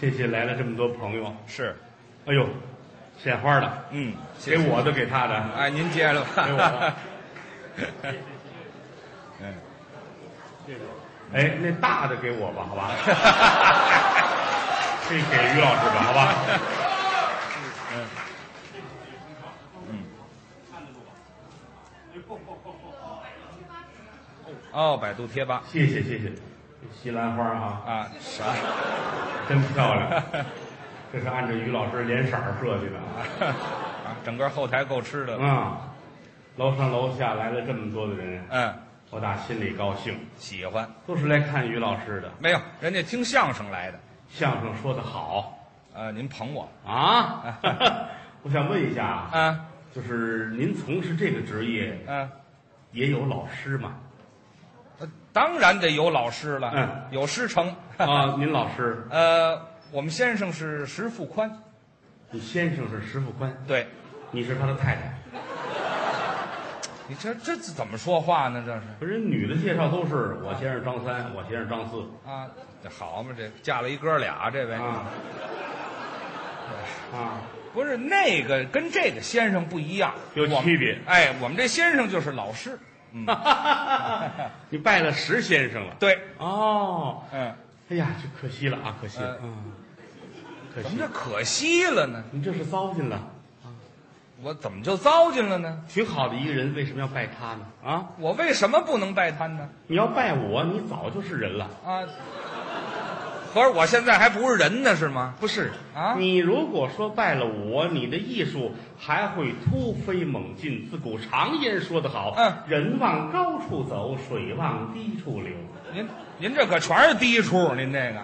谢谢来了这么多朋友。是，哎呦，献花的，嗯，谢给谢。我的，给他的，哎，您接着给我的吧。。嗯，哎，那大的给我吧，好吧？ 这给于老师吧，好吧？ 哦，百度贴吧谢谢谢谢，这西兰花啊，啊，啥？ 真漂亮。这是按照于老师脸色儿设计的啊。啊，整个后台够吃的了。啊，楼上楼下来了这么多的人，嗯，我打心里高兴，喜欢。都是来看于老师的。没有，人家听相声来的。相声说的好呃，您捧我啊！ 我想问一下啊，啊就是您从事这个职业啊，也有老师吗？呃当然得有老师了，嗯有师承。啊，您老师， 呃，我们先生是石富宽， 你先生是石富宽，对，你是他的太太。你这这怎么说话呢？这是不是女的介绍都是我先生张三，我先生张四啊，这好嘛，这嫁了一哥俩，这位、哎啊啊，不是那个跟这个先生不一样，有我们区别哎，我们这先生就是老师，嗯， 你拜了石先生了 对，哦。嗯，哎呀，这可惜了啊，可惜了，呃嗯，可怎么惜这，可惜了呢？你这是糟践了。我怎么就糟践了呢？挺好的一个人，为什么要拜他呢？啊，我为什么不能拜他呢？你要拜我，你早就是人了。啊，合着我现在还不是人呢，是吗？不是啊你如果说拜了我，你的艺术还会突飞猛进。自古常言说得好，嗯，人往高处走，水往低处流。您您这可全是低处，您这个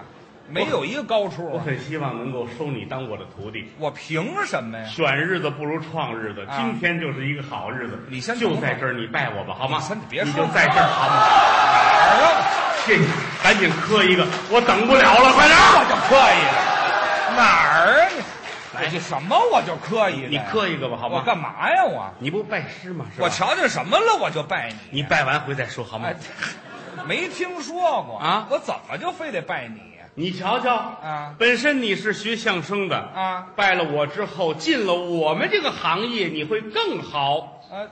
没有一个高处我啊。很希望能够收你当我的徒弟。我凭什么呀？选日子不如创日子，啊今天就是一个好日子。你先等就会儿在这儿，你拜我吧，好吗？你先别你说就了在这儿，好吗？哪儿啊？谢谢，赶紧磕一个，我等不了了，快点我儿！就磕一个，哪儿啊你？我就什么我就磕一个呀？你磕一个吧，好我吗？干嘛呀我？你不拜师吗？是吧我瞧见什么了我就拜你。你拜完回再说好吗哎？，没听说过啊我怎么就非得拜你呀？你瞧瞧啊本身你是学相声的啊，拜了我之后进了我们这个行业，你会更好。 啊，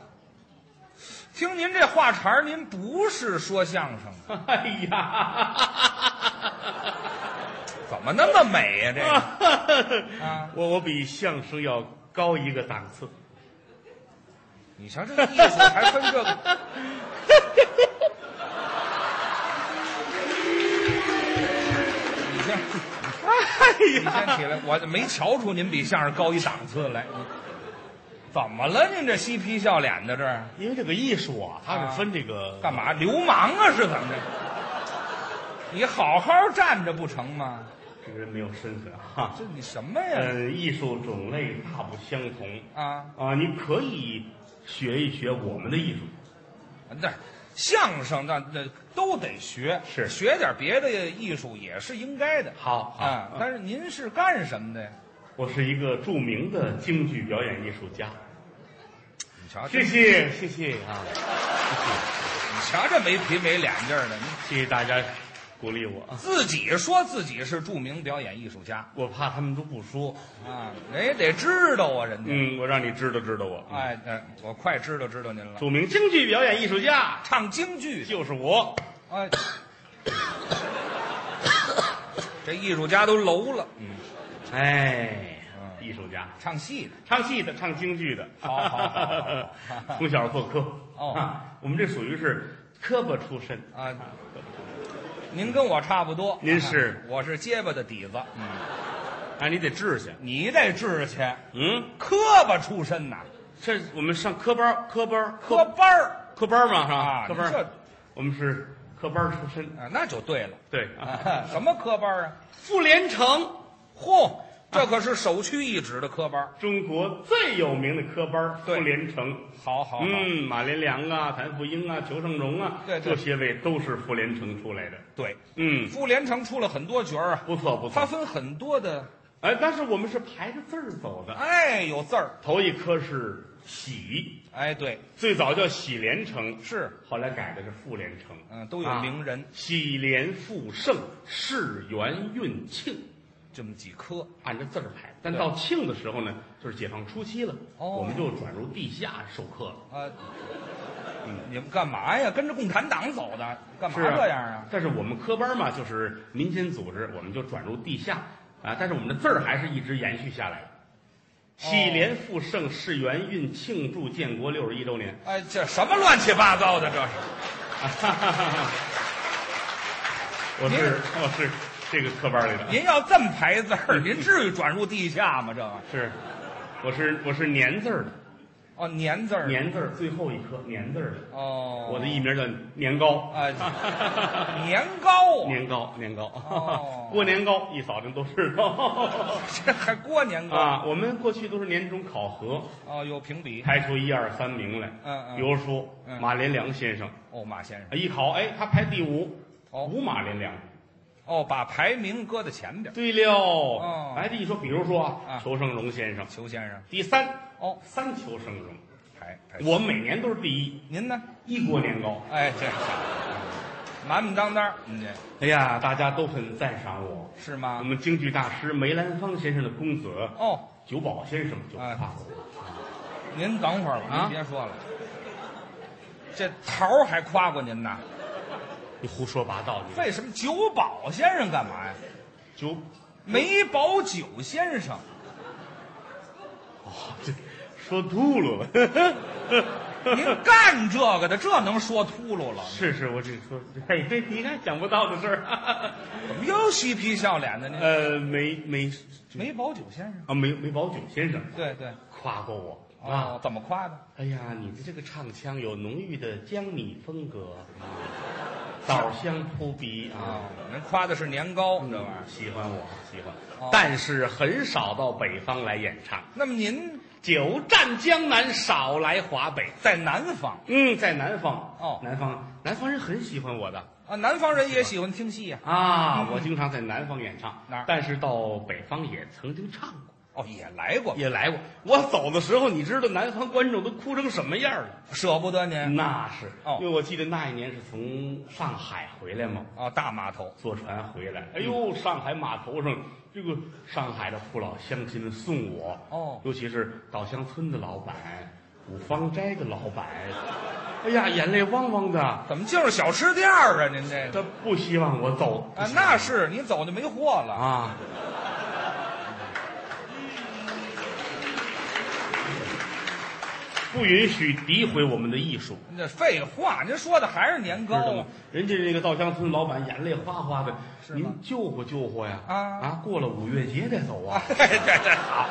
听您这话茬儿，您不是说相声的，哎呀，怎么那么美呀、这个啊我我比相声要高一个档次。你瞧这艺术还分这个，你先哎你先起来，我就没瞧出您比相声高一档次来。你怎么了？您这嬉皮笑脸的这儿因为这个艺术啊，它啊是分这个干嘛？流氓啊？是怎么着？你好好站着不成吗？这个人没有身份 哈。这你什么呀？嗯，艺术种类大不相同啊，啊，你可以学一学我们的艺术。那相声那那都得学，是学点别的艺术也是应该的。好好嗯啊，但是您是干什么的呀？我是一个著名的京剧表演艺术家。你瞧这，谢谢啊谢谢啊，你瞧这没皮没脸劲儿的，你谢谢大家鼓励我啊，自己说自己是著名表演艺术家我怕他们都不说。啊，人也得知道啊，人家。嗯，我让你知道知道我。啊，哎，哎，我快知道知道您了，著名京剧表演艺术家唱京剧的，就是我。哎，这艺术家都楼了，嗯，哎，艺术家，唱戏的，唱戏的，唱京剧的，好好好好好 从小做科。哦啊，我们这属于是科班出身。啊，您跟我差不多。您是啊我是结巴的底子，啊，你得治去。你得治去。嗯，磕巴出身呐，这我们上科班，科班，科班儿科班嘛，是吧？啊科班你这，我们是科班出身。啊，那就对了。对啊，啊什么科班儿啊？傅连城。嚯，这可是首屈一指的科班儿。中国最有名的科班儿傅对连城，好好好，嗯，马连良啊，谭富英啊，裘盛戎啊，对对这些位都是傅连城出来的。对，嗯，傅连城出了很多角儿啊，不错不他错。分很多的，哎，但是我们是排着字儿走的。哎，有字儿，头一科是喜，哎，对，最早叫喜连城，是，后来改的是傅连城。嗯，都有名人啊，喜连傅盛，世元运庆，这么几科。按照字儿排。但对到清的时候呢，就是解放初期了，哦我们就转入地下授课了。啊，嗯你们干嘛呀？跟着共产党走的，干嘛是啊这样啊？但是我们科班嘛，就是民间组织，我们就转入地下啊。但是我们的字儿还是一直延续下来哦的。喜连复盛世元运庆祝建国六十一周年， 哎，这什么乱七八糟的？这是我您是我是这个科班里的，您要这么排字 儿，您至于转入地下吗？这个是我是我是年字儿的，哦，年字儿，年字儿最后一颗年字儿的，哦，我的艺名叫年糕， 哎，年糕啊，年糕年糕 哦，过年糕一扫就都知道这还过年 糕啊。我们过去都是年终考核，哦，有评比排出一二三名来。嗯嗯比如说嗯马连良先生，哦，马先生一考哎，他排第五，哦五马连良。哦，把排名搁在前边儿，对了哦，哎，这一说，比如说啊啊裘盛戎先生裘先生第三，哦，三裘盛戎，排排，我每年都是第一，您呢？一锅年糕。哎，这满满当当，您这哎呀，大家都很赞赏我。是我吗？们京剧大师梅兰芳先生的公子哦，九保先生就哎夸我，您等会儿吧，啊您别说了。这头儿还夸过您呐？你胡说八道，你为什么九保先生干嘛呀？九梅葆玖先生，哦，这说秃噜。您干这个的，这能说秃噜了？ 是是，我这说，哎，这你看想不到的事儿。怎么又嬉皮笑脸的呢？呃，梅梅梅葆玖先生，啊，梅梅葆玖先生对对，夸过我、哦啊，，怎么夸的？哎呀，你的这个唱腔有浓郁的江米风 格，枣香扑鼻啊，哦，人夸的是年糕嗯这玩意儿。喜欢我喜欢，哦但是很少到北方来演唱，那么您久战江南，少来华北。在南方嗯，在南方哦南方南方人很喜欢我的啊，南方人也喜欢听戏呀、啊，我经常在南方演唱哪儿，但是到北方也曾经唱过。哦，也来过， 也来过。我走的时候，你知道南方观众都哭成什么样了？舍不得您那是，哦因为我记得那一年是从上海回来嘛，哦，大码头坐船回来。哎呦，上海码头上，这个上海的父老乡亲们送我，哦尤其是稻香村的老板、五芳斋的老板，哎呀，眼泪汪汪的，怎么就是小吃店儿啊？您这个他不希望我走啊，那是你走就没货了。啊。不允许诋毁我们的艺术，那废话，您说的还是年知糕道吗啊？？人家这个稻香村老板眼泪哗哗的，是吗您救活救活呀！啊过了五月节再走啊！哎， 对对，好，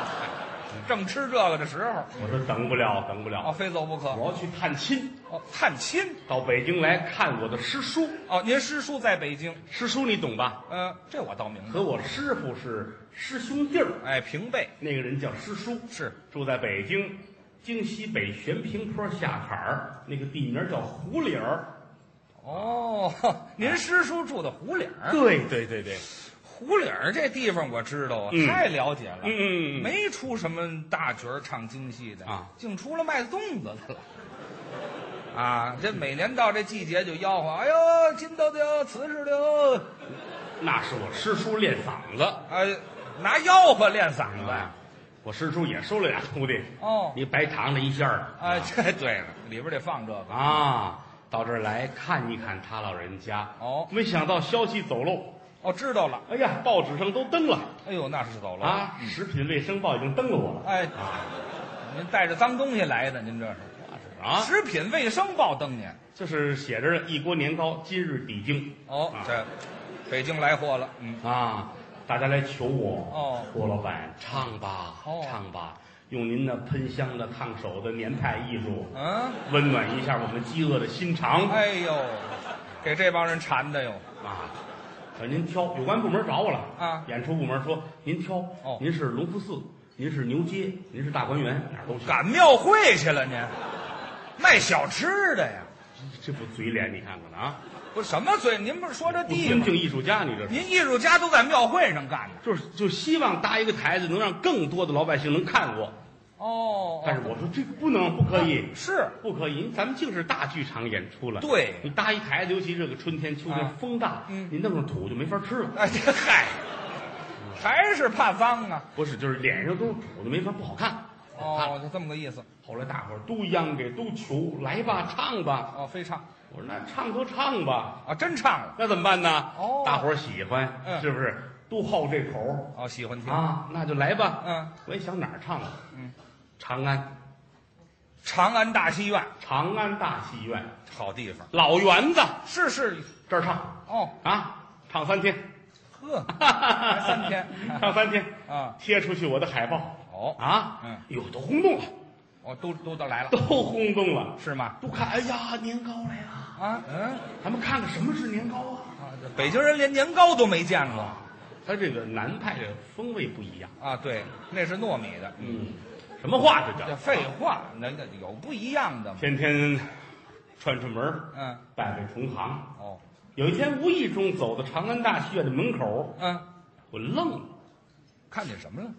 正吃这个的时候，我说等不了，等不哦，了，非走不可。我要去探亲，哦，探亲到北京来看我的师叔。哦，您师叔在北京，师叔你懂吧？呃，这我倒明白。和我师傅是师兄弟儿，哎，平辈那个人叫师叔，是住在北京京西北悬平坡下坎儿，那个地名叫胡岭儿。哦， 您师叔住的胡岭儿，对对对对，胡岭儿这地方我知道啊，嗯太了解了。嗯嗯嗯没出什么大角儿唱京戏的啊净出了卖粽子的了。 啊，这每年到这季节就吆喝，哎呦，金豆豆，瓷实的，嗯那是我师叔练嗓子。哎，拿吆喝练嗓子。哎，我师叔也收了俩徒弟，哦，你白尝了一下儿啊，这 对了，里边得放这个。啊，到这儿来看一看他老人家。哦没想到消息走漏，哦，知道了。哎呀，报纸上都登了哎呦，那是走了啊，《食品卫生报》已经登了我了。哎，您带着脏东西来的，您这是啊，食品卫生报登您。就是写着一锅年糕，今日抵京哦啊，这北京来货了。嗯，啊，大家来求我哦郭老板唱吧哦，唱吧，用您那喷香的、烫手的年派艺术，嗯。温暖一下我们饥饿的心肠。哎呦，给这帮人馋的哟！啊，呃，您挑，有关部门找我了啊演出部门说您挑，哦您是隆福寺，您是牛街，您是大观园，哪儿都行。赶庙会去了您，卖小吃的呀？这副嘴脸你看看啊，不是什么嘴？您不是说这不地尊吗？敬艺术家，你这是您艺术家都在庙会上干的就是就希望搭一个台子，能让更多的老百姓能看我。哦但是我说这不能，不可以，是不可以，咱们净是大剧场演出了。对你搭一台子，尤其这个春天、秋天啊风大，嗯您弄上土就没法吃了。哎这嗨，还是怕脏啊？不是，就是脸上都是土的，没法不好看。好看哦，就这么个意思。后来大伙儿都央给，都求来吧，唱吧。哦，非唱我说那唱就唱吧，啊，真唱了那怎么办呢？哦大伙儿喜欢，嗯是不是都好这口儿哦，喜欢听。啊？那就来吧。嗯，我也想哪儿唱啊？嗯，长安，长安大戏院长安大戏院，好地方，老园子是是这儿唱哦，啊，唱三天，呵，还三天唱三天，啊，贴出去我的海报哦啊，嗯，有都轰动了，哦，都都都来了都，轰动了，是吗？都看，哎呀，年糕来了，啊，嗯，咱们看看什么是年糕啊？啊北京人连年糕都没见过它这个南派的风味不一样，啊，对，那是糯米的。嗯，什么话这这叫？废话，那那有不一样的吗？天天串串门儿嗯，拜拜同行。哦，有一天无意中走到长安大戏院的门口，嗯，我愣了，看见什么了？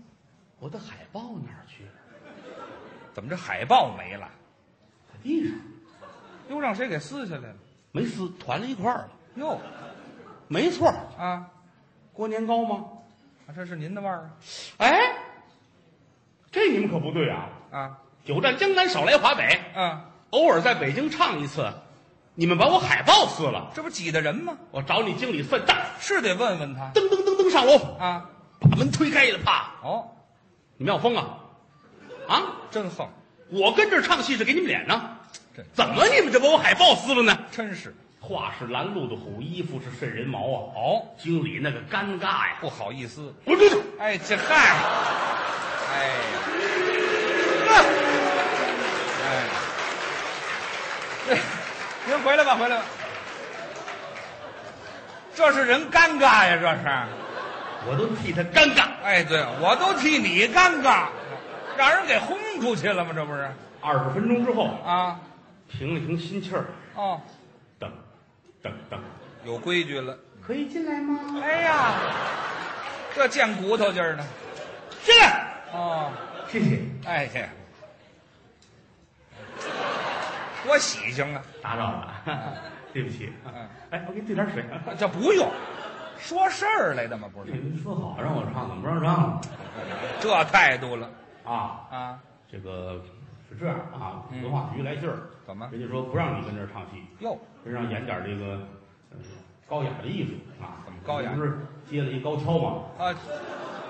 我的海报哪儿去了？怎么这海报没了？在地上，又让谁给撕下来了？没撕，团了一块儿了。哟没错儿，啊，过年糕吗？啊这是您的腕儿哎，这你们可不对啊！啊久战江南，少来华北，啊啊！偶尔在北京唱一次。你们把我海报撕了，这不挤的人吗？我找你经理算账。是得问问他噔噔噔噔上楼，啊。把门推开了，啪！哦，你们要疯啊？啊！真横，我跟这儿唱戏是给你们脸呢这，怎么你们就把我海报撕了呢？真是话是拦路的虎，衣服是瘆人毛啊！哦，经理那个尴尬呀！不好意思。滚出去！哎，这嗨，哎呀，哎， 您回来吧，回来吧。这是人尴尬呀，这是。我都替他尴尬。哎，对我都替你尴尬，让人给轰出去了吗？这不是二十分钟之后，啊？平了平心气儿，哦，等，等等，有规矩了。可以进来吗？哎呀，这贱骨头劲儿呢。进来，哦。谢谢，哎呀，多喜庆啊！打扰 了，对不起嗯。哎，我给你兑点水。这不用说事儿来的吗？不是，您说好让我唱，怎么不让唱这态度了啊？啊？这个是这样啊，文化局来信儿，怎么人家说不让你跟这儿唱戏，哟，人让演点这个呃高雅的艺术啊。怎么高雅你不是接了一高跷吗？啊，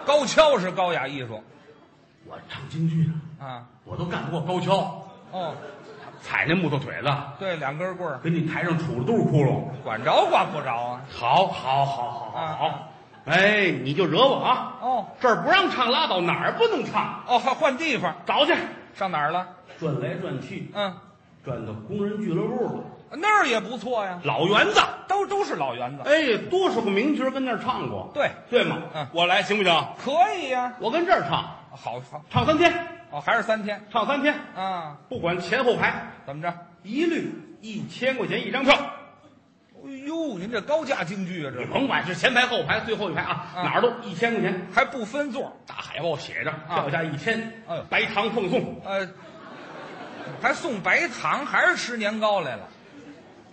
高跷是高雅艺术我唱京剧呢，啊。我都干不过高跷，哦，踩那木头腿子，对，两根棍儿，给你台上杵着都是窟窿。管着管不着啊？好，好，好，好，好，啊好，哎，你就惹我啊！哦这儿不让唱，拉倒，哪儿不能唱？哦，还换地方，找去，上哪儿了？转来转去，嗯，转到工人俱乐部了，那儿也不错呀，老园子。都都是老园子。哎，多少个名角跟那儿唱过，对，对吗？嗯我来行不行？可以呀、我跟这儿唱，好好唱三天，哦，还是三天唱三天，啊？不管前后排，怎么着？一律一千块钱一张票。哎呦，您这高价京剧啊，这你是甭管是前排后排最后一排啊，啊哪儿都一千块钱。还不分座儿。大海报写着票价一千哎呦，白糖奉送。呃，还送白糖，还是吃年糕来了？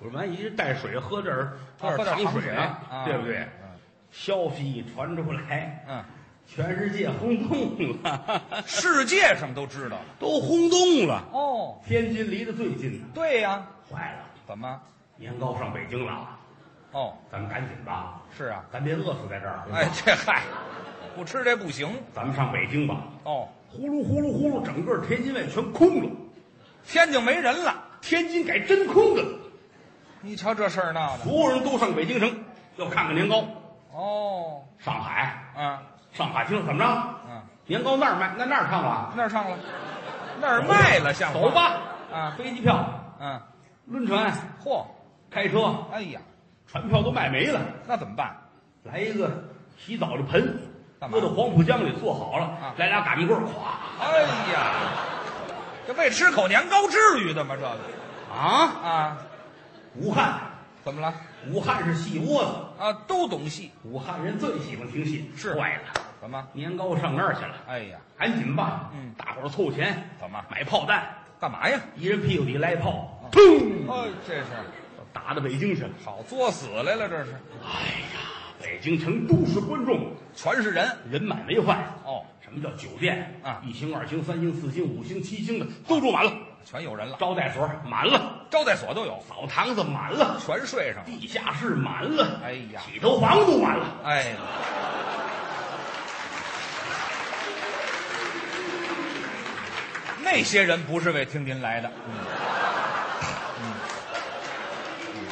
我说万一是带水喝点儿点啊喝点糖糖水水呢，啊对不对嗯？消息一传出来，嗯，全世界轰动了，世界上都知道了。都轰动了。哦，天津离得最近呢，对呀、坏了，怎么？年糕上北京了，哦，咱们赶紧吧，是啊。咱别饿死在这儿。哎，这嗨，不吃这不行。咱们上北京吧。哦，呼噜呼噜呼噜，整个天津卫全空了，天津没人了。天津改真空的了，你瞧这事儿闹的。所有人都上北京城要看看年糕。哦，上海，啊，上海听怎么着？嗯，年糕那儿卖，那那儿唱了，那儿唱了，那儿卖了，像话走。吧。啊，飞机票、嗯，轮船、嚯，开车、哎呀，船票都卖没了，那怎么办？来一个洗澡的盆，干嘛搁到黄浦江里做好了，啊来俩擀面棍儿，咵哎呀，这为吃口年糕至于的吗？这个啊！啊，武汉，怎么了？武汉是戏窝子，啊，都懂戏。武汉人最喜欢听戏，是坏了，怎么？年糕上那儿去了，哎呀，赶紧吧，嗯大伙儿凑钱啊怎么买炮弹，干嘛呀？一人屁股底来一炮，啊砰，哦，这是打到北京去了。好作死来了，这是。哎呀，北京城都是观众，全是人人满为患。哦，什么叫酒店啊一星、二星、三星、四星、五星、七星的都住满了，全有人了，招待所满了，招待所都有，澡堂子满了，全睡上了。地下室满了，哎呀洗头房都满了。哎，那些人不是为听您来的，嗯，嗯嗯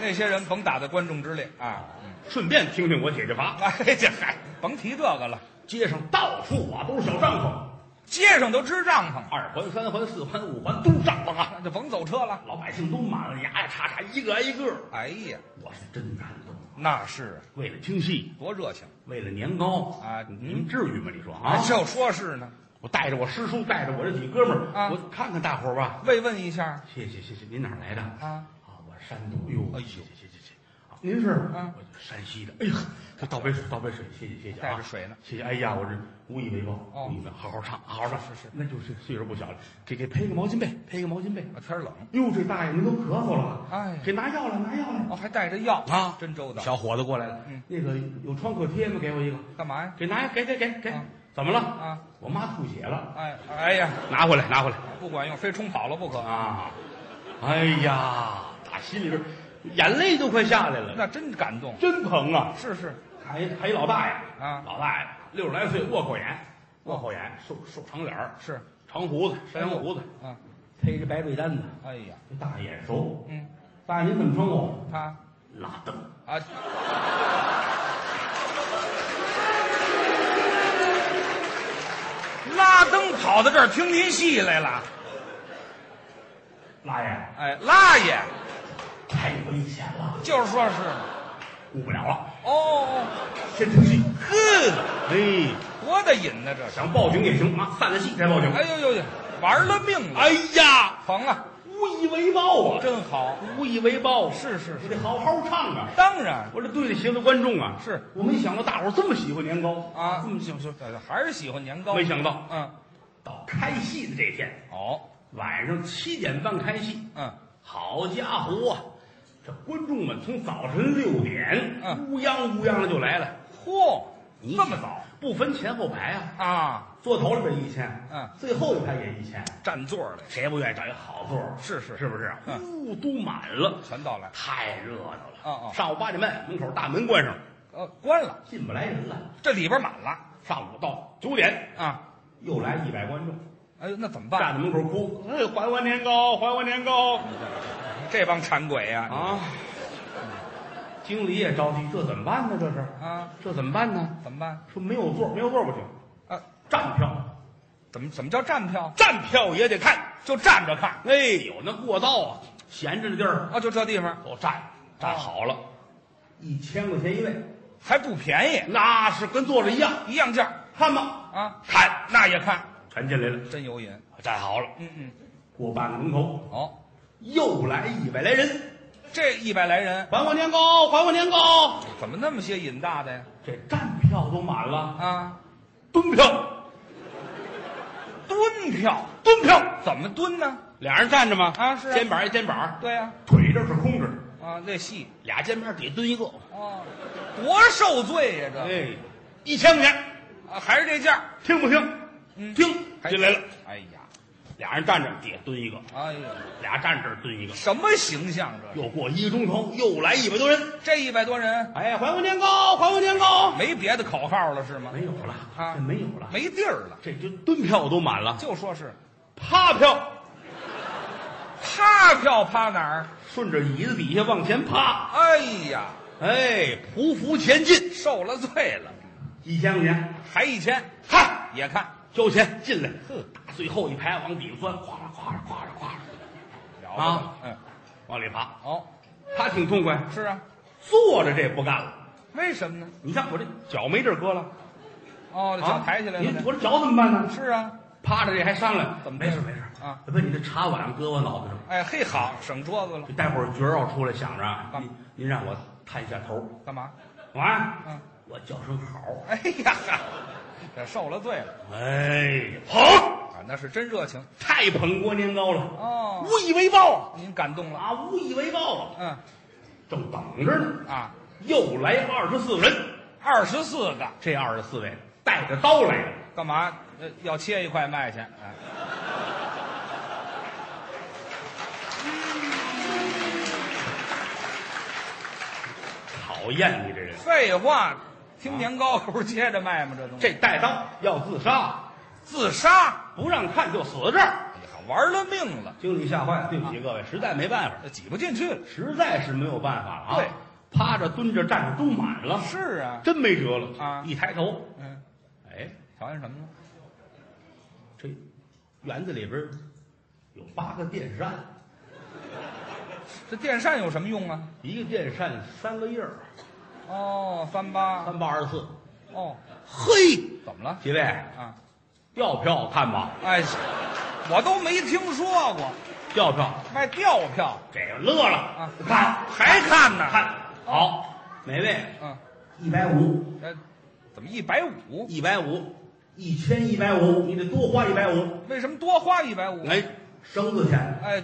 那些人甭打在观众之列啊！顺便听听我姐姐法，哎，这嗨，甭提这个了，街上到处啊都是小帐篷，街上都支帐篷，二环、三环、四环、五环都帐篷啊，那就甭走车了。老百姓都满了牙牙叉叉，一个挨一个。哎呀，我是真感动，那是啊为了听戏，多热情为了年糕啊您至于吗？你说啊啊！，就说是呢，我带着我师叔，带着我这几哥们儿，啊我看看大伙儿吧。慰问一下谢谢谢谢，您哪儿来的？啊，啊，我山东哟，哎呦谢谢谢谢谢谢。啊您是？啊我山西的。哎呀，这倒杯水，倒杯水，谢谢谢谢啊，带着水呢谢谢。哎呀，我这无以为报，哦无以为报好好唱，好好唱，是是是那就是岁数不小了，给给披个毛巾被，披个毛巾被。啊天儿冷哟，这大爷您都咳嗽了，哎给拿药来，拿药来哦，还带着药啊真周到。小伙子过来了，嗯，那个有创可贴吗？给我一个，干嘛呀？给拿，给给给给啊，怎么了？啊，我妈吐血了，哎哎呀，拿回来，拿回来。不管用，非冲跑了不可。啊，哎呀，打心里边眼泪都快下来了，那真感动，真疼啊！是是，还还一老大爷啊老大爷六十来岁，倭寇眼，倭寇眼，瘦瘦长脸儿，是长胡子，山羊胡子，啊，披着白被单子，哎呀，这大爷眼熟。嗯，大爷您怎么称呼？他拉登，啊，拉登跑到这儿听您戏来了，大爷哎，拉爷太危险了，就是说是，顾不了了，哦，先听戏。呵，哎，多大瘾呢这是，想报警也行啊，散了戏再报警。哎呦呦呦，玩了命了，哎呀，疼啊，无以为报啊，真好，无以为报啊，是是我是，得好好唱啊。当然我这对得起我的观众啊！是我没想到大伙儿这么喜欢年糕，啊，这么行行，对对还是喜欢年糕，嗯没想到嗯，到开戏的这天，哦，晚上七点半开戏，嗯，好家伙啊，这观众们从早晨六点，嗯乌泱乌泱的就来了，嚯，你这么早不分前后排啊，啊？坐头里边一千，嗯最后一排也一千，占座儿来，谁不愿意找一个好座儿？是是是不是？嗯呜，都满了，全到来。太热闹了。哦哦上午八点半，门口大门关上，呃，关了，进不来人了。这里边满了上午到九点，啊。又来一百观众。哎呦，那怎么站办？在门口哭，哎，还我年糕，还我年糕这帮馋鬼呀！啊！经理也着急，这怎么办呢？这是啊，这怎么办呢？怎么办？说没有座，没有座不行，啊，站票，怎么怎么叫站票？站票也得看。就站着看哎，有那过道啊，闲着的地儿啊，就这地方都站，站好了，啊一千块钱一位，还不便宜，那是跟坐着一样。一样价看吧，啊。看，那也看，全进来了，真有瘾。站好了，嗯嗯，过半个钟头，哦，又来一百来人，这一百来人还我年糕，还我年糕。怎么那么些瘾大的呀？这站票都满了，啊，蹲票。蹲票，蹲票，怎么蹲呢？俩人站着嘛，啊是啊肩膀一肩膀，对呀，腿这是空着的，啊，那戏俩肩膀底下蹲一个，哦，多受罪呀这哎，一千块钱，啊，还是这价，听不听？嗯听还进来了，哎呀，俩人站着底下蹲一个，哎呀。俩站这儿蹲一个，什么形象这是？又过一个钟头，又来一百多人，这一百多人哎，还我年糕，还我年糕，没别的口号了是吗？没有了啊这没有了，没地儿了，这就蹲票都满了，就说是趴票趴票趴哪儿？顺着椅子底下往前趴，哎呀，哎，匍匐前进，受了罪了，一千块钱，还一千嗨。也看，交钱进来，哼打最后一排往底下钻，咵啦咵啦咵啦咵啦，了不啊得，嗯，往里爬，哦，爬挺痛快。是啊，坐着这不干了，为什么呢？你看我这脚没地儿搁了， 哦，这脚抬起来您了呗，啊我这脚怎么办呢？是啊，趴着这还商量，怎么没办事没事啊？把你这茶碗搁我脑袋上，哎嘿，好，省桌子了，就待会儿角儿要出来，想着啊干您您让我探一下头，干嘛？ 啊，嗯，我叫声好，哎呀，这受了罪了哎，好，啊，那是真热情太捧郭年糕了，哦，无以为报您感动了，啊，无以为报啊，嗯正等着呢，啊，又来二十四人，二十四个，这二十四位带着刀来的，干嘛？呃，要切一块卖去？哎讨厌你这人！废话，听年糕可不是接着卖吗？这东西这带刀要自杀，自杀，不让看就死在这儿。哎呀玩了命了，经理吓坏了，对不起各位，实在没办法，挤不进去了。实在是没有办法了啊！对，趴着、蹲着、站着都满了，是啊，真没辙了啊一抬头，嗯，哎，瞧见什么了？这园子里边有八个电扇，这电扇有什么用啊？一个电扇三个叶儿，哦，三八，三八二十四。哦，嘿，怎么了？几位啊，吊票好看吗？哎，我都没听说过吊票，卖吊票，这个乐了啊看还看呢？看好，每位嗯，一百五，哎，怎么一百五？一百五，一千一百五，你得多花一百五。为什么多花一百五？哎，绳子钱，哎，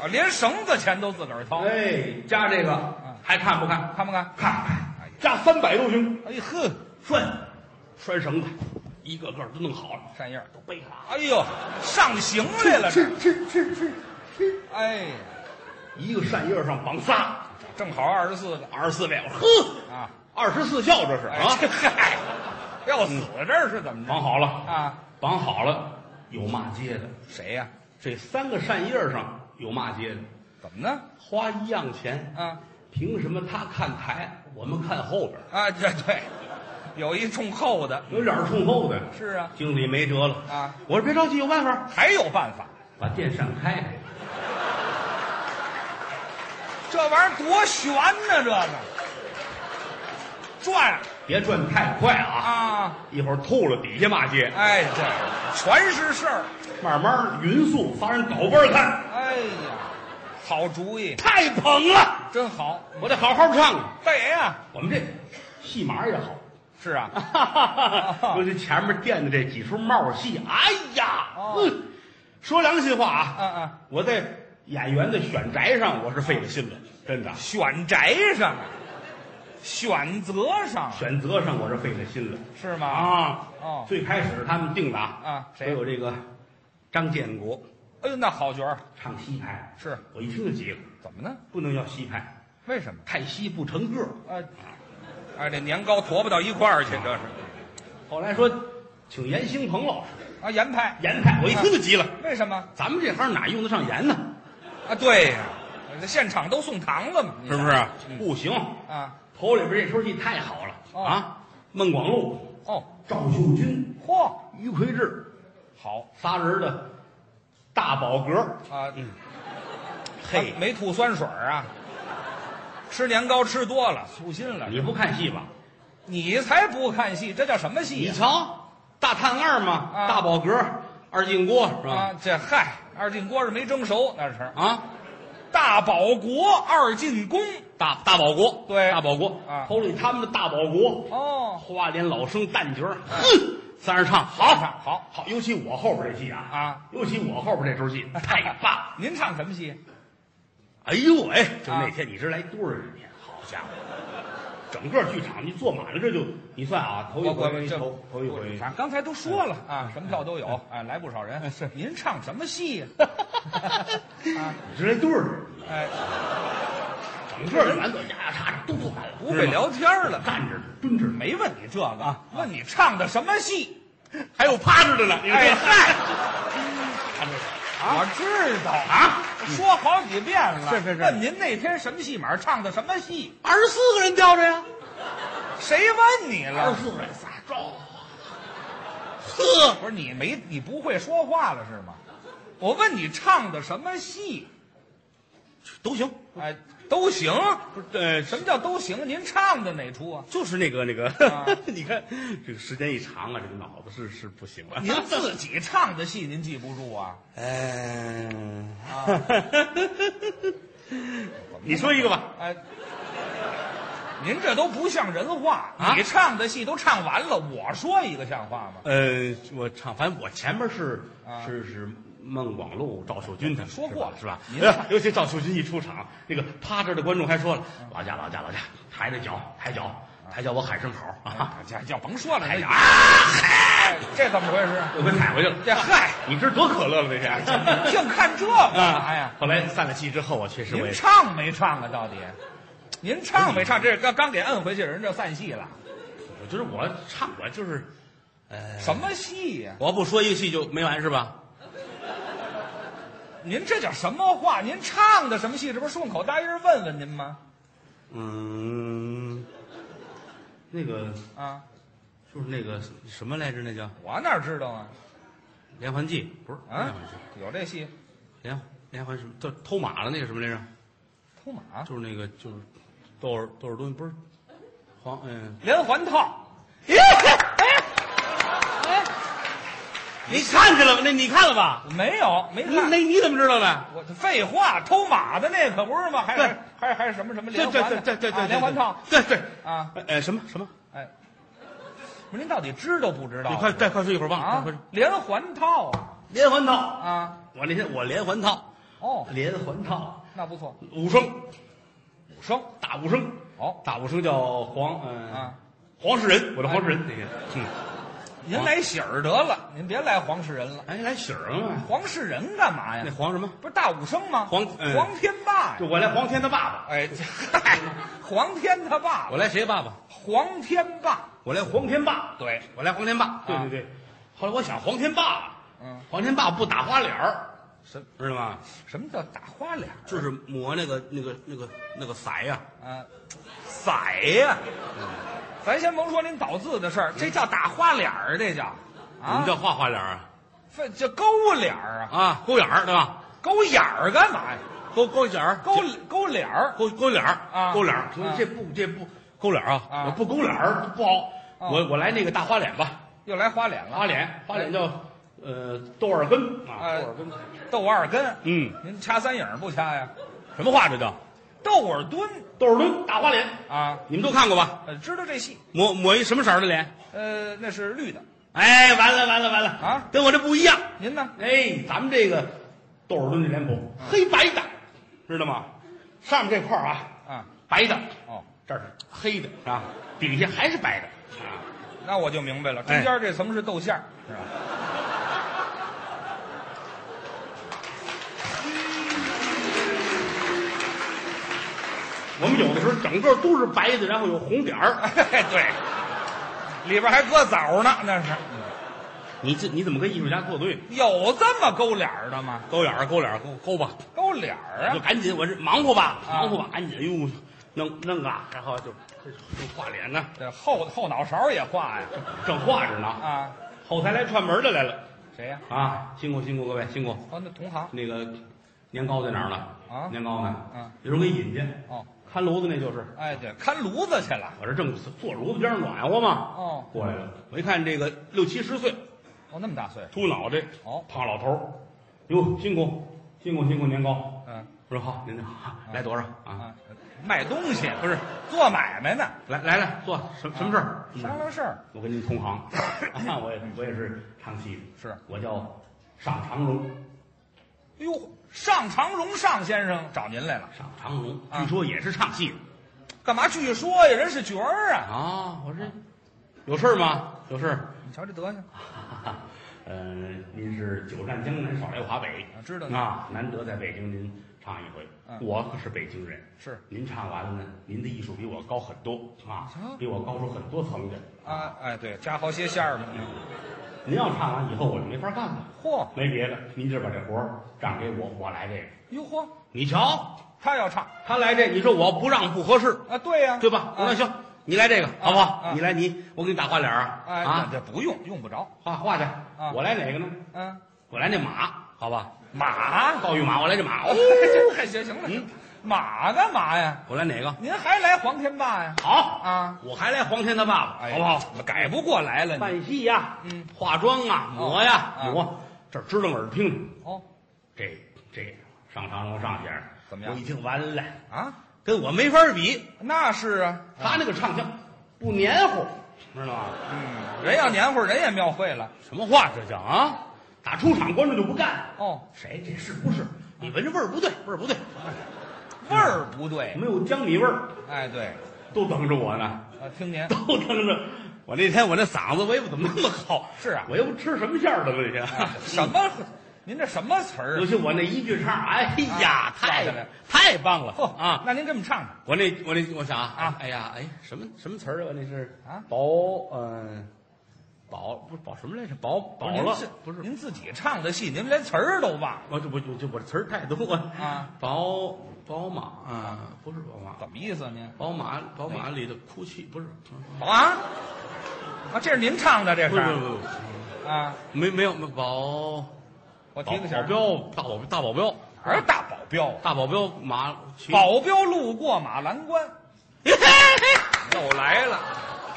啊，连绳子钱都自个儿掏，哎，加这个啊还看不看？看不看？看，看，加三百都行。哎呵，拴，拴绳子，一个个都弄好了，扇叶儿都背上啊。哎呦，上刑来了这，吃吃吃吃，哎，一个扇叶上绑仨，正好二十四个二十四位，我说呵，啊，二十四孝这是哎啊这，嗨，要死这儿是怎么着绑好了，啊？绑好了，有骂街的，谁呀、这三个扇叶上有骂街的，怎么呢？花一样钱，啊凭什么他看台，我们看后边？啊， 这对，有一冲厚的，有脸冲后的，是啊，经理没辙了啊！我说别着急，有办法，还有办法，把电扇开开。这玩意儿多悬呢、这个转别转太快啊！啊，一会儿吐了底下骂街，哎，这全是事儿，慢慢匀速仨人倒班儿看，哎呀，好主意，太捧了！真好，啊我得好好唱。大爷呀、我们这戏码也好，是 啊， 尤其前面垫的这几出帽戏，哎呀，哦嗯，说良心话啊，嗯嗯，我在演员的选宅上我是费了心了，真的，选宅上啊，选择上选择上我是费了心了是吗？，啊。哦最开始他们定的啊，啊谁都有这个张建国哎呦，那好角儿唱西派，是我一听就急了。怎么呢？不能要西派，为什么？太西不成个儿。啊，哎，这年糕驮不到一块儿去，这是后来说请严兴鹏老师，啊，严派，严派，我一听就急了，为什么？咱们这行哪用得上盐呢？啊，对呀、这现场都送糖了嘛，你是不是？嗯不行，啊？头里边这出戏太好了、哦啊！孟广禄、哦，赵秀君、嚯，于魁智好仨人的大饱嗝，啊，嗯嘿啊，没吐酸水儿啊，吃年糕吃多了，粗心了。啊你不看戏吧？你才不看戏，这叫什么戏你哎呀、瞧，大探二嘛，啊大饱嗝，二进锅是啊？吧？这嗨，二进锅是没蒸熟，那是啊，大保国二进宫。大大保国，对大保国啊头里他们的大保国，哦，花脸老生旦角儿，哼，嗯三人唱好唱好好，尤其我后边这戏啊啊，尤其我后边这出戏太棒了！您唱什么戏？ 哎呦喂，就啊那天你知来多少人呀？好家伙， 整个剧场你坐满了，这就你算啊，头一回这头头一回嗯反正刚才都说了啊，什么票都有，哎，来不少人。是您唱什么戏 呀？啊，你知来多少人？哎，整个园子呀呀叉都坐满了，不会聊天了，站着的蹲着的，没问你这个啊，问你唱的什么戏？还有趴着的呢。你说哎嗨，趴着的我知道 啊，说好几遍了。是是是问您那天什么戏码唱的什么戏？二十四个人吊着呀，谁问你二了十？四个人仨装。呵，不是你没你不会说话了是吗？我问你唱的什么戏？都行。哎，都行。不是，呃，什么叫都行？您唱的哪出啊？就是那个那个，啊 你看这个时间一长啊，这个脑子是是不行了。啊您自己唱的戏您记不住啊？嗯，啊 你说一个吧，哎，您这都不像人话。啊你唱的戏都唱完了，我说一个像话吗？呃，我唱，反正我前面是啊是是孟广禄、赵秀军他们说过了是吧？您是吧 尤其赵秀军一出场，那个趴着的观众还说了：“老家，老家，老家，抬着脚，抬脚，抬脚，我喊声好啊这叫甭说了，哎呀，啊！”嗨，这怎么回事？又给踩回去了。哎这嗨，你这多可乐了，这 是净看这干啊嘛哎 呀？后来散了戏之后啊，确实我您也唱没唱啊？到底，您唱没唱？这刚刚给摁回去，人就散戏了。嗯我觉得我唱我就是，呃，什么戏呀、我不说一个戏就没完是吧？您这叫什么话？您唱的什么戏？这不是顺口答应问问您吗？嗯，那个啊，就是那个什么来着？那叫《我哪知道啊？连环计》不是？连啊环计，有这戏，连连环什么？叫偷马了那个什么来着？偷马，就是那个就是窦尔窦尔敦不是黄嗯，连环套。你看去了吗？那你看了吧？没有，没你看。那你怎么知道的？我废话，偷马的那可不是吗？还嗯对是还是还是什么什么连环的？啊连环套对对啊！呃什么什么？哎，不是您到底知道不知道？你快再快说一会儿吧，啊快说！连环套啊连环套，啊！我那天我连环套，哦，连环套那不错，武生武生大武生，哦大武生叫黄嗯啊！黄世仁，我的黄世仁那天，嗯，您来喜儿得了，您别来黄世仁了。哎来喜儿嘛，黄世仁干嘛那呀？黄什么？不是大武生吗？黄嗯黄呃天霸哎就呀！我来黄天他爸爸，哎，这嗨，黄天他爸我，来谁爸爸？黄天霸，我来黄天霸，对，我来黄天霸，啊对对对。后来我想黄天霸，嗯，黄天霸不打花脸儿，什知道吗？什么叫打花脸儿？就是抹那个那个那个那个色呀，啊，嗯色呀，咱先甭说您倒字的事儿，这叫打花脸儿，这嗯叫我啊们，叫画花脸儿啊这这勾脸儿啊，啊，勾眼儿对吧？勾眼儿干嘛呀？勾勾眼儿，勾勾脸儿，勾勾脸儿啊勾脸儿啊，说这不这不勾脸儿啊啊，我不勾脸儿不好，哦我我来那个大花脸吧，又来花脸了，花脸花脸叫呃豆耳根啊，哎豆耳根，豆耳根，嗯，您掐三影儿不掐呀？什么话这叫豆耳墩豆耳墩大花脸，啊，你们都看过吧？呃，知道这戏，抹抹一什么色儿的脸？呃，那是绿的，哎，完了完了完了啊，跟我这不一样，您呢？哎，咱们这个豆耳墩这脸谱啊黑白的，知道吗？上面这块儿啊啊，白的，哦，这儿是黑的啊，底下还是白的啊。那我就明白了，中哎间这层是豆馅儿， 是吧？我们有的时候整个都是白的，然后有红点儿。哎，对，里边还搁枣呢，那是你这你怎么跟艺术家作对？有这么勾脸儿的吗？勾眼儿，勾脸儿，勾勾吧，勾脸儿就啊，赶紧，我这忙活吧，啊忙活吧，赶紧，哎呦，弄弄啊，然后就就就画脸呢，这后后脑勺也画呀，正画着呢。啊，后台来串门的来了谁呀、啊，辛苦辛苦各位辛苦。哦，那同行那个年糕在哪儿呢？啊年糕呢？嗯有人给引去。哦，看炉子那就是，哎，对，看炉子去了，我这正坐炉子边上暖和嘛，哦过来了。我一看这个六七十岁，哦，那么大岁数，秃脑袋，哦胖老头儿，哟，辛苦，辛苦，辛苦，年糕。嗯我说好，您好，来多少啊？啊，卖东西不是，做买卖呢，来来来，坐，什啊什么事儿？嗯商量事儿我跟您同行，啊我也我也是唱戏的，是，我叫尚长荣，哎呦，尚长荣尚先生找您来了，尚长荣，啊据说也是唱戏的干嘛？据说呀，人是角儿啊，啊。我说有事儿吗？有事儿。你瞧这德行，呃，您是久战江南，少来华北啊知道啊，难得在北京您唱一回。嗯我可是北京人，是您唱完了呢，您的艺术比我高很多啊啊，比我高出很多层去。啊，哎，对，加好些馅儿嘛，嗯 您要唱完以后，我就没法干了。嚯，没别的，您就把这活儿让给我，我来这个。哟嚯，你瞧，他要唱他来这，你说我不让不合适，啊，对呀、对吧？我说那行，你来这个好不好？啊你来你，我给你打花脸儿啊哎，啊，这不用，用不着。画画去。啊我来哪个呢？嗯，我来那马，好吧？ 马，告御马，我来这马。哦这 还行行了嗯，马干嘛呀？我来哪个？您还来黄天霸呀？好啊，我还来黄天他爸爸，哎好不好？改不过来了你。扮戏呀，嗯，化妆啊，抹呀，哦啊抹，这儿支棱耳听听，哦，这这上长荣上先生怎么样我一听完了，啊，跟我没法比，那是啊，他那个唱腔不黏糊，知道吗？嗯，人要年会儿，人也庙会了。什么话这叫啊？打出场观众就不干了。哦，谁这是不是？你闻着味儿不对，味儿不对，味儿不对。没有江米味儿，哎，对，都等着我呢， 啊，听您都等着。我那天我那嗓子我也不怎么那么好，是啊我又不吃什么馅儿的东西。哎 什么？您这什么词儿尤啊？其我那一句唱，哎呀，啊太落下来太棒了嚯啊！哦那您这么唱唱我那我那我想啊啊哎呀哎什么什么词儿啊？我那是啊保嗯保不是保什么来着？保保了不是？哦您自己唱的戏，您连词儿都忘了，我就我就就我这词儿太多了啊！宝宝马啊，不是宝马，怎么意思啊您？宝马宝马里的哭泣不是？啊啊，这是您唱的这不是是不是不是，啊？没没有没有保保我提个醒保儿，镖大保大保镖哪儿大保镖啊？大保镖马骑保镖路过马栏关，又来了，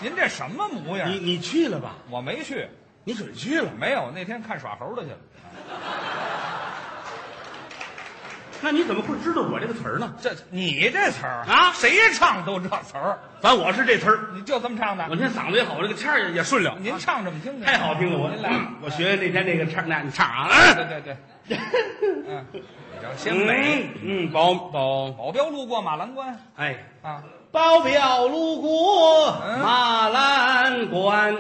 您这什么模样你？你去了吧？我没去，你准去了？没有，那天看耍猴的去了。那你怎么会知道我这个词儿呢？这你这词儿啊谁唱都这词儿，反正我是这词儿，你就这么唱我的？那嗓子也好，我这个腔儿也也顺溜。您唱着我们听听，太好听了，我您来，我学那天那个唱，那你唱啊。对对对，嗯，你叫先美。嗯嗯，保保保镖路过马栏关哎，啊，保镖路过嗯马栏关。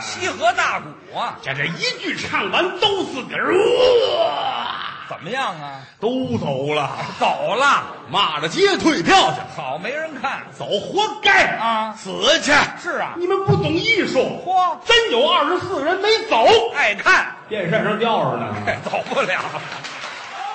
西河大鼓啊，这这一句唱完，都自个儿呃怎么样啊？都走了，走了，骂着街退票去，好没人看。走活该啊死去！是啊你们不懂艺术，嚯，真有二十四人没走，爱看电扇上吊着呢。哎走不了。